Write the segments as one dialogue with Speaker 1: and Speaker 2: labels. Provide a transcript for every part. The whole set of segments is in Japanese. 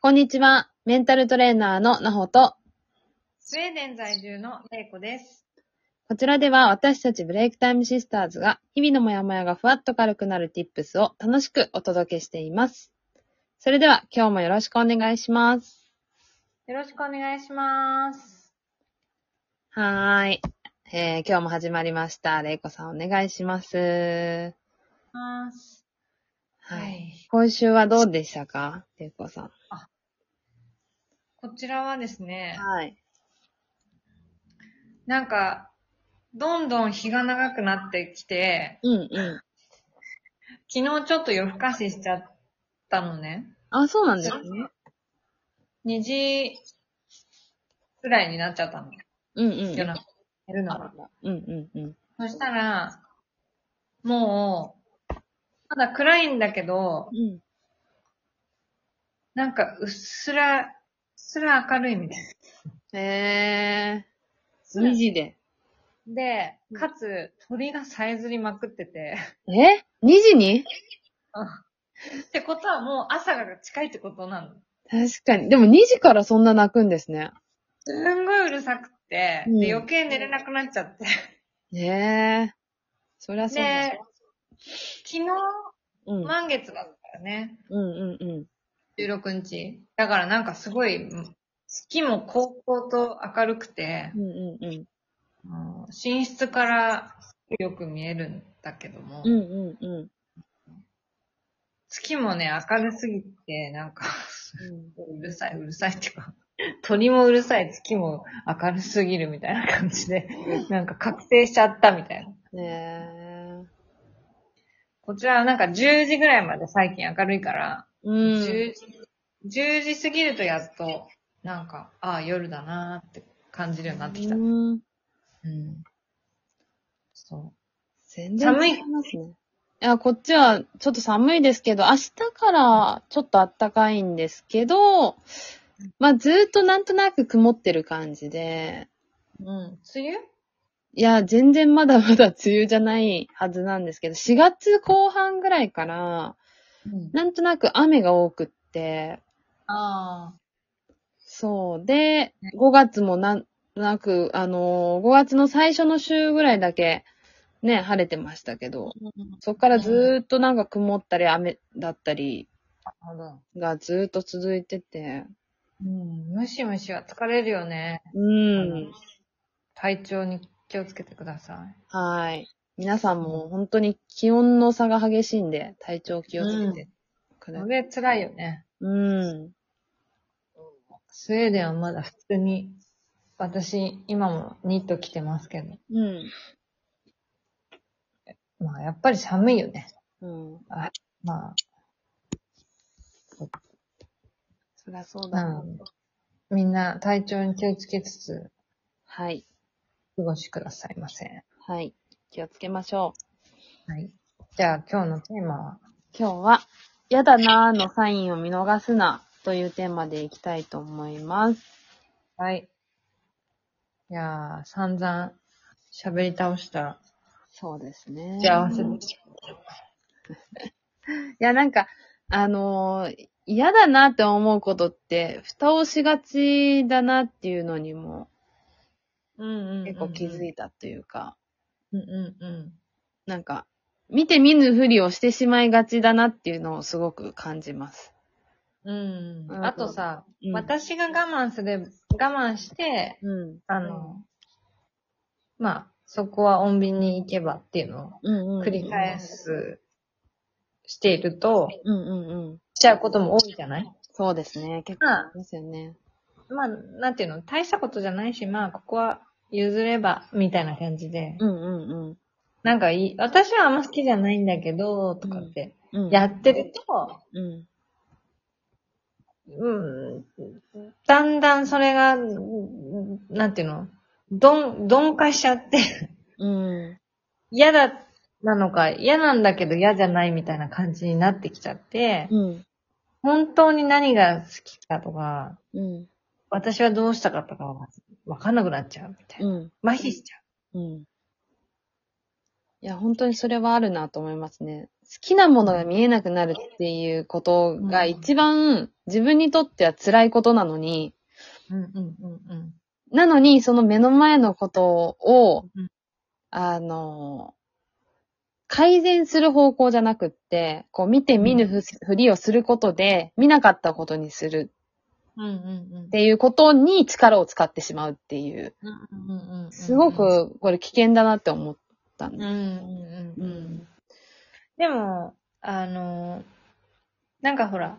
Speaker 1: こんにちは。メンタルトレーナーのなほと、
Speaker 2: スウェーデン在住のレイコです。
Speaker 1: こちらでは私たちブレイクタイムシスターズが日々のモヤモヤがふわっと軽くなる tips を楽しくお届けしています。それでは今日もよろしくお願いします。
Speaker 2: よろしくお願いします。
Speaker 1: はーい。えー今日も始まりました。れいこさんお願いします。
Speaker 2: ます
Speaker 1: はい。。今週はどうでしたかれいこさん。
Speaker 2: こちらはですね、
Speaker 1: はい。
Speaker 2: なんか、どんどん日が長くなってきて、
Speaker 1: うんうん。
Speaker 2: 昨日ちょっと夜更かししちゃったのね。
Speaker 1: あ、そうなんですね。
Speaker 2: 2時くらいになっちゃったの。
Speaker 1: うんうん。
Speaker 2: 夜中寝るのが。
Speaker 1: うんうんうん。
Speaker 2: そしたら、もう、まだ暗いんだけど、
Speaker 1: うん。
Speaker 2: なんかうっすら、うっすら明るいみたいな。
Speaker 1: えー、
Speaker 2: うっすら
Speaker 1: 2時で。
Speaker 2: で
Speaker 1: う、ん
Speaker 2: かつ、鳥がさえずりまくってて。
Speaker 1: え ?2 時に
Speaker 2: ってことはもう朝が近いってことなの。
Speaker 1: 確かに。でも2時からそんな泣くんですね。
Speaker 2: すんごいうるさくって、
Speaker 1: うん
Speaker 2: で余計寝れなくなっちゃって。
Speaker 1: ねえ。そりゃそうだ。
Speaker 2: で、昨日、
Speaker 1: うん。
Speaker 2: 満月だったよね。
Speaker 1: うんうんうん。
Speaker 2: 16日。だからなんかすごい、うん月も高々と明るくて
Speaker 1: う、んうんうん。
Speaker 2: うん寝室からよく見えるんだけども、
Speaker 1: うんうんうん。
Speaker 2: 月もね、明るすぎて、なんか、
Speaker 1: うん
Speaker 2: うるさい、うるさいっていうか、 鳥もうるさい、月も明るすぎるみたいな感じで、なんか覚醒しちゃったみたいな。
Speaker 1: ねえ。
Speaker 2: こちらはなんか10時ぐらいまで最近明るいから、
Speaker 1: うん。
Speaker 2: 10, 時10時過ぎるとやっと、なんか、ああ、夜だなーって感じるようになってきた。うん。
Speaker 1: うん。
Speaker 2: そ
Speaker 1: 全然
Speaker 2: 寒い
Speaker 1: 違いますね。いや、こっちはちょっと寒いですけど、明日からちょっと暖かいんですけど、まあずーっとなんとなく曇ってる感じで、
Speaker 2: う。うん。梅雨
Speaker 1: いや、全然まだまだ梅雨じゃないはずなんですけど、4月後半ぐらいから、
Speaker 2: うん。
Speaker 1: なんとなく雨が多くって、
Speaker 2: ああ。
Speaker 1: そう。で、5月もなんとなく、あのー5月の最初の週ぐらいだけ、ね、晴れてましたけど、そっからずーっとなんか曇ったり雨だったり
Speaker 2: なるほど。
Speaker 1: がずーっと続いてて、
Speaker 2: うん。ムシムシは疲れるよね。
Speaker 1: うん。
Speaker 2: 体調に気をつけてください。
Speaker 1: はい。皆さんも本当に気温の差が激しいんで、体調気をつけてくださ
Speaker 2: そ
Speaker 1: い。
Speaker 2: れ辛いよね。
Speaker 1: うん。
Speaker 2: スウェーデンはまだ普通に、私、今もニット着てますけど。
Speaker 1: うん。
Speaker 2: まあ、やっぱり寒いよね。
Speaker 1: うん。
Speaker 2: まあ、
Speaker 1: そりゃそうだな。
Speaker 2: うんみんな体調に気をつけつつ、
Speaker 1: はい。
Speaker 2: 過ごしくださいませ。
Speaker 1: はい。気をつけましょう。
Speaker 2: はい。じゃあ今日のテーマは、
Speaker 1: 今日は、やだなーのサインを見逃すなというテーマでいきたいと思います。
Speaker 2: はい。いやー、散々喋り倒した
Speaker 1: そうですね。
Speaker 2: 打ち合わせ
Speaker 1: い
Speaker 2: でし
Speaker 1: や、なんか、あのー嫌だなって思うことって、蓋をしがちだなっていうのにも
Speaker 2: た。うん
Speaker 1: 結構気づ
Speaker 2: い
Speaker 1: いたというか、
Speaker 2: うんうんうん。
Speaker 1: なんか、見て見ぬふりをしてしまいがちだなっていうのをすごく感じます。
Speaker 2: うん
Speaker 1: うん
Speaker 2: あとさ、
Speaker 1: うん、
Speaker 2: 私が我慢すれ、我慢して、
Speaker 1: うん。
Speaker 2: あの、まあ、そこは穏便に行けばっていうの
Speaker 1: うんうんう
Speaker 2: を
Speaker 1: ん
Speaker 2: 繰り返。す、していると、
Speaker 1: うんうんうん。
Speaker 2: しちゃうことも多いじゃない
Speaker 1: そうですね。結構
Speaker 2: まあ、
Speaker 1: ですよね。
Speaker 2: まあ、なんていうの、大したことじゃないし、まあ、ここは譲れば、みたいな感じで。
Speaker 1: うんうん
Speaker 2: なんかいい、私はあんま好きじゃないんだけど、とかって、
Speaker 1: うん。うん、
Speaker 2: やってると、
Speaker 1: うん。
Speaker 2: うん、だんだんそれが、うんなんていうの、どん、鈍化しちゃって、
Speaker 1: うん。
Speaker 2: 嫌だ、なのか、嫌なんだけど嫌じゃないみたいな感じになってきちゃって、
Speaker 1: うん。
Speaker 2: 本当に何が好きかとか、
Speaker 1: うん。
Speaker 2: 私はどうしたかったかわわかんなくなっちゃうみたいうな。
Speaker 1: ん。
Speaker 2: 麻痺しちゃう。
Speaker 1: うん。いや、本当にそれはあるなと思いますね。きなものが見えなくなるっていうことが一番自分にとっては辛いことなのに、
Speaker 2: うんうんうんうん。
Speaker 1: なのにその目の前のことを
Speaker 2: うん、
Speaker 1: あの、改善する方向じゃなくって、こう見て見ぬふふりをすることで、見なかったことにする
Speaker 2: うんうんうん。
Speaker 1: っていうことに力を使ってしまうっていう、
Speaker 2: うんうんうんうん、
Speaker 1: すご、くこれ危険だなって思ったん
Speaker 2: うんう
Speaker 1: で
Speaker 2: ん
Speaker 1: す。
Speaker 2: うんうん。でも、あの、なんかほら、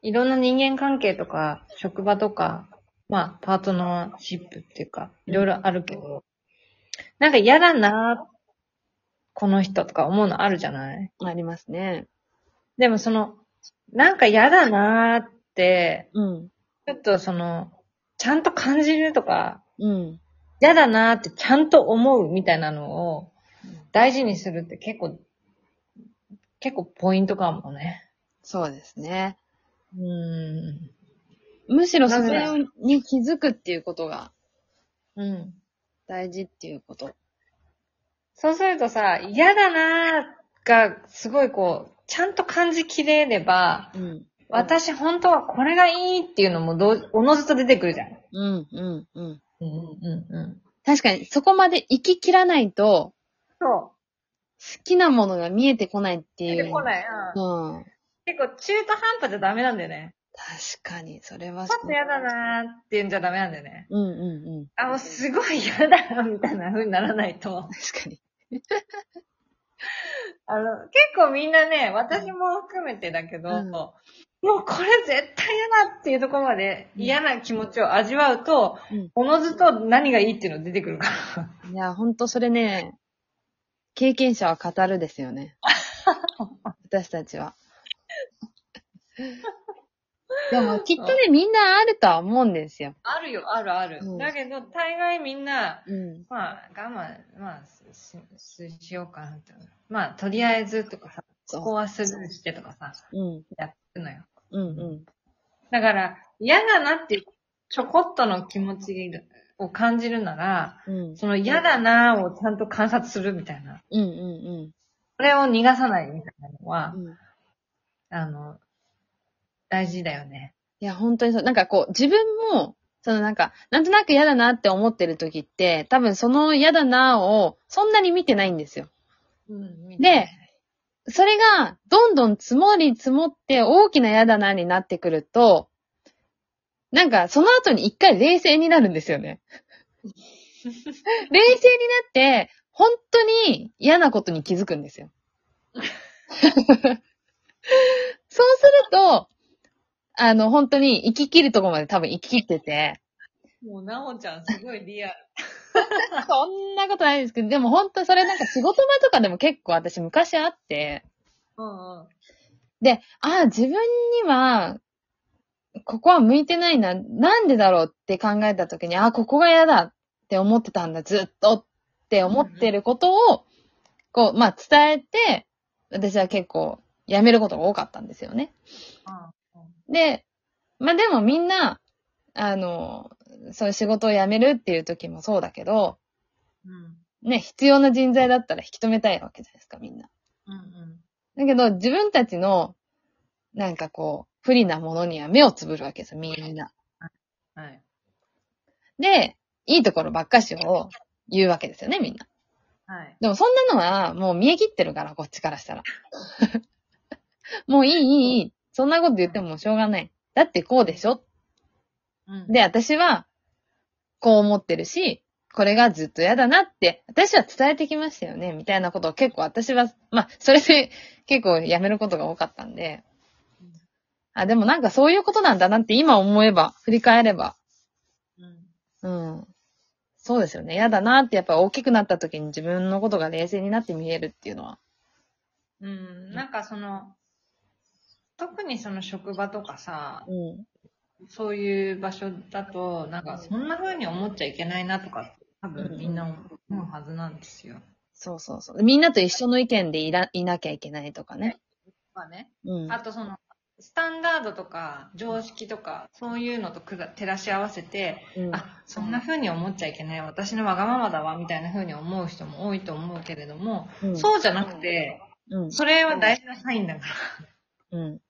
Speaker 2: いろんな人間関係とか、職場とか、まあ、パートナーシップっていうか、いろいろあるけど、なんか嫌だな、この人とか思うのあるじゃない
Speaker 1: ありますね。
Speaker 2: でもその、なんか嫌だなって、
Speaker 1: うん。
Speaker 2: ちょっとその、ちゃんと感じるとか、
Speaker 1: うん。
Speaker 2: 嫌だなーってちゃんと思うみたいなのを
Speaker 1: うん
Speaker 2: 大事にするって結構、結構ポイントかもね。
Speaker 1: そうですね。
Speaker 2: うーん。
Speaker 1: むしろそ
Speaker 2: なぜ
Speaker 1: れ
Speaker 2: な
Speaker 1: に気づくっていうことが
Speaker 2: うん。
Speaker 1: 大事っていうこと。
Speaker 2: そうするとさ、嫌だなーがすごいこう、ちゃんと感じきれれば、
Speaker 1: うん。
Speaker 2: 私本当はこれがいいっていうのもどう、おのずと出てくるじゃん。
Speaker 1: うん、うん、うん。
Speaker 2: うんうんうん。
Speaker 1: 確かに、そこまで行き切らないと、
Speaker 2: そ
Speaker 1: 好きなものが見えてこないって
Speaker 2: う。
Speaker 1: い
Speaker 2: 出
Speaker 1: う。
Speaker 2: てこない。うん。
Speaker 1: うん。
Speaker 2: 結構中途半端じゃダメなんだよね。
Speaker 1: 確かに、それは
Speaker 2: ちょっと嫌だなーって言うんじゃダメなんだよね。
Speaker 1: うん、うん、うん。
Speaker 2: あ、もうすごい嫌だなみたいな風にならないと。
Speaker 1: 確かに。
Speaker 2: あの、結構みんなね、私も含めてだけど、
Speaker 1: うん
Speaker 2: もうこれ絶対嫌だっていうところまで
Speaker 1: うん
Speaker 2: 嫌な気持ちを味わうと、
Speaker 1: うん
Speaker 2: おのずと何がいいっていうのが出てくるから。
Speaker 1: いや、ほんとそれね、経験者は語るですよ ね。私たちは。でも、きっとね、みんなあるとは思うんですよ。
Speaker 2: あるよ、あるある。
Speaker 1: うん
Speaker 2: だけど、大概みんな、
Speaker 1: うん。
Speaker 2: まあ、我慢、まあ、し、ししようかなって。まあ、とりあえずとかさ、ここ
Speaker 1: そ
Speaker 2: はスルーしてとかさ、
Speaker 1: う。うん。
Speaker 2: やってんのよ。
Speaker 1: うんうん。
Speaker 2: だから、嫌だなっていう、ちょこっとの気持ちを感じるなら、
Speaker 1: うん。
Speaker 2: その嫌だなぁをちゃんと観察するみたいな。
Speaker 1: うんうん
Speaker 2: それを逃がさないみたいなのは
Speaker 1: う、ん。うん
Speaker 2: あの、大事だよね。
Speaker 1: いや、本当にそう。なんかこう、自分も、そのなんか、なんとなく嫌だなって思ってる時って、多分その嫌だなを、そんなに見てないんですよ。
Speaker 2: うん
Speaker 1: で、それが、どんどん積もり積もって、大きな嫌だなになってくると、なんか、その後に一回冷静になるんですよ ね。冷静になって、本当に嫌なことに気づくんです よ。そうすると、あの、本当に、生き切るとこまで多分生き切ってて、
Speaker 2: もう、なおちゃんすごいリアル。
Speaker 1: そんなことないですけど、でも本当それなんか仕事場とかでも結構私昔あって、
Speaker 2: うんうん。
Speaker 1: で、ああ、自分には、ここは向いてないな、なんでだろうって考えたときに、ああ、ここが嫌だって思ってたんだ、ずっとって思ってることを、こう、まあ、伝えて、私は結構、やめることが多かったんですよね。で、まあでもみんな、あの、そういう仕事を辞めるっていう時もそうだけど、
Speaker 2: うん。
Speaker 1: ね、必要な人材だったら引き止めたいわけじゃないですか、みんな。
Speaker 2: うん。
Speaker 1: だけど、自分たちの、なんかこう、不利なものには目をつぶるわけですよ、みんな。
Speaker 2: はい。
Speaker 1: で、いいところばっかしを言うわけですよね、みんな。
Speaker 2: はい。
Speaker 1: でもそんなのは、もう見え切ってるから、こっちからした ら。もういい、いい、いい。そんなこと言ってもしょうがない。だってこうでしょ
Speaker 2: うん、
Speaker 1: で、私は、こう思ってるし、これがずっと嫌だなって、私は伝えてきましたよね、みたいなことを結構私は、まあ、それで 結構やめることが多かったんで
Speaker 2: うん、
Speaker 1: あ、でもなんかそういうことなんだなって今思えば、振り返れば、
Speaker 2: うん。
Speaker 1: うん。そうですよね。嫌だなってやっぱ大きくなった時に自分のことが冷静になって見えるっていうのは。
Speaker 2: うん。なんかその、特にその職場とかさ、
Speaker 1: うん。
Speaker 2: そういう場所だと、なんかそんな風に思っちゃいけないなとか、多分みんな思うはずなんですよ。
Speaker 1: そうそうそう。みんなと一緒の意見でいら、いなきゃいけないとかね。
Speaker 2: まあね。
Speaker 1: うん。
Speaker 2: あとその、スタンダードとか、常識とか、そういうのとくだ照らし合わせて、
Speaker 1: うん、
Speaker 2: あ、そんな風に思っちゃいけない、私のわがままだわ、みたいな風に思う人も多いと思うけれども、
Speaker 1: うん
Speaker 2: そうじゃなくて、
Speaker 1: うん。
Speaker 2: それは大事なサインだから。
Speaker 1: うん。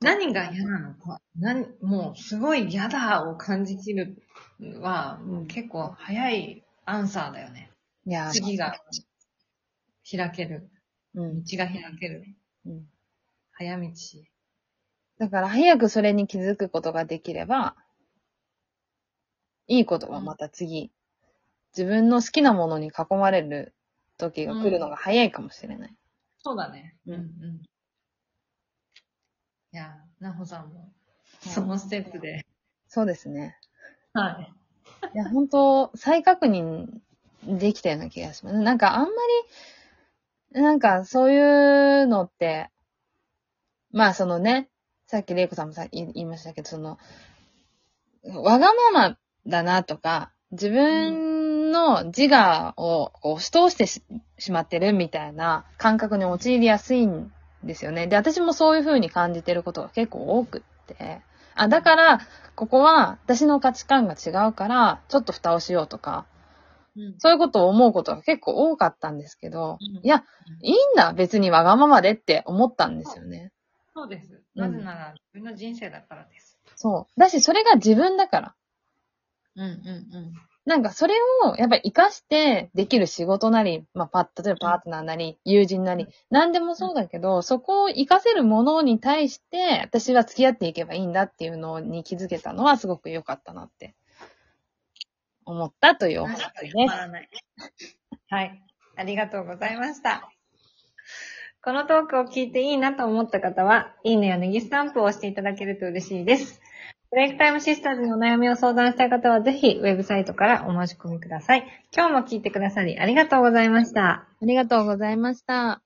Speaker 2: 何が嫌なのか。何、もう、すごい嫌だを感じきるのは、
Speaker 1: うん
Speaker 2: 結構早いアンサーだよね。
Speaker 1: いやー、
Speaker 2: 次が開ける。
Speaker 1: うん
Speaker 2: 道。が開ける。
Speaker 1: うん。
Speaker 2: 早道。
Speaker 1: だから早くそれに気づくことができれば、いいことがまた次、自分の好きなものに囲まれる時が来るのが早いかもしれない。
Speaker 2: そうだね。
Speaker 1: うん
Speaker 2: うん。いやー、なほさんも、そのステップで。
Speaker 1: そうですね。
Speaker 2: はい。
Speaker 1: いや、本当再確認できたような気がします。なんかあんまり、なんかそういうのって、まあそのね、さっき玲子さんもさ言い言いましたけど、その、わがままだなとか、自分の自我をこう押し通してししまってるみたいな感覚に陥りやすいんですよね。で、私もそういう風に感じてることが結構多くって。あ、だから、ここは私の価値観が違うから、ちょっと蓋をしようとか、
Speaker 2: うん
Speaker 1: そういうことを思うことが結構多かったんですけど、
Speaker 2: うん
Speaker 1: いや、いいんだ、別にわがままでって思ったんですよね。
Speaker 2: そうです。なぜなら、自分の人生だからです。
Speaker 1: そう。だし、それが自分だから。
Speaker 2: うんうんうん。
Speaker 1: なんか、それを、やっぱり活かしてできる仕事なり、まあ、パッ、例えばパートナーなり、友人なり、何でもそうだけど、そこを活かせるものに対して、私は付き合っていけばいいんだっていうのに気づけたのは、すごく良かったなって、思ったというお話です。
Speaker 2: はい。ありがとうございました。このトークを聞いていいなと思った方は、いいねやネギスタンプを押していただけると嬉しいです。ブレイクタイムシスターズのお悩みを相談したい方は、ぜひウェブサイトからお申し込みください。今日も聞いてくださりありがとうございました。
Speaker 1: ありがとうございました。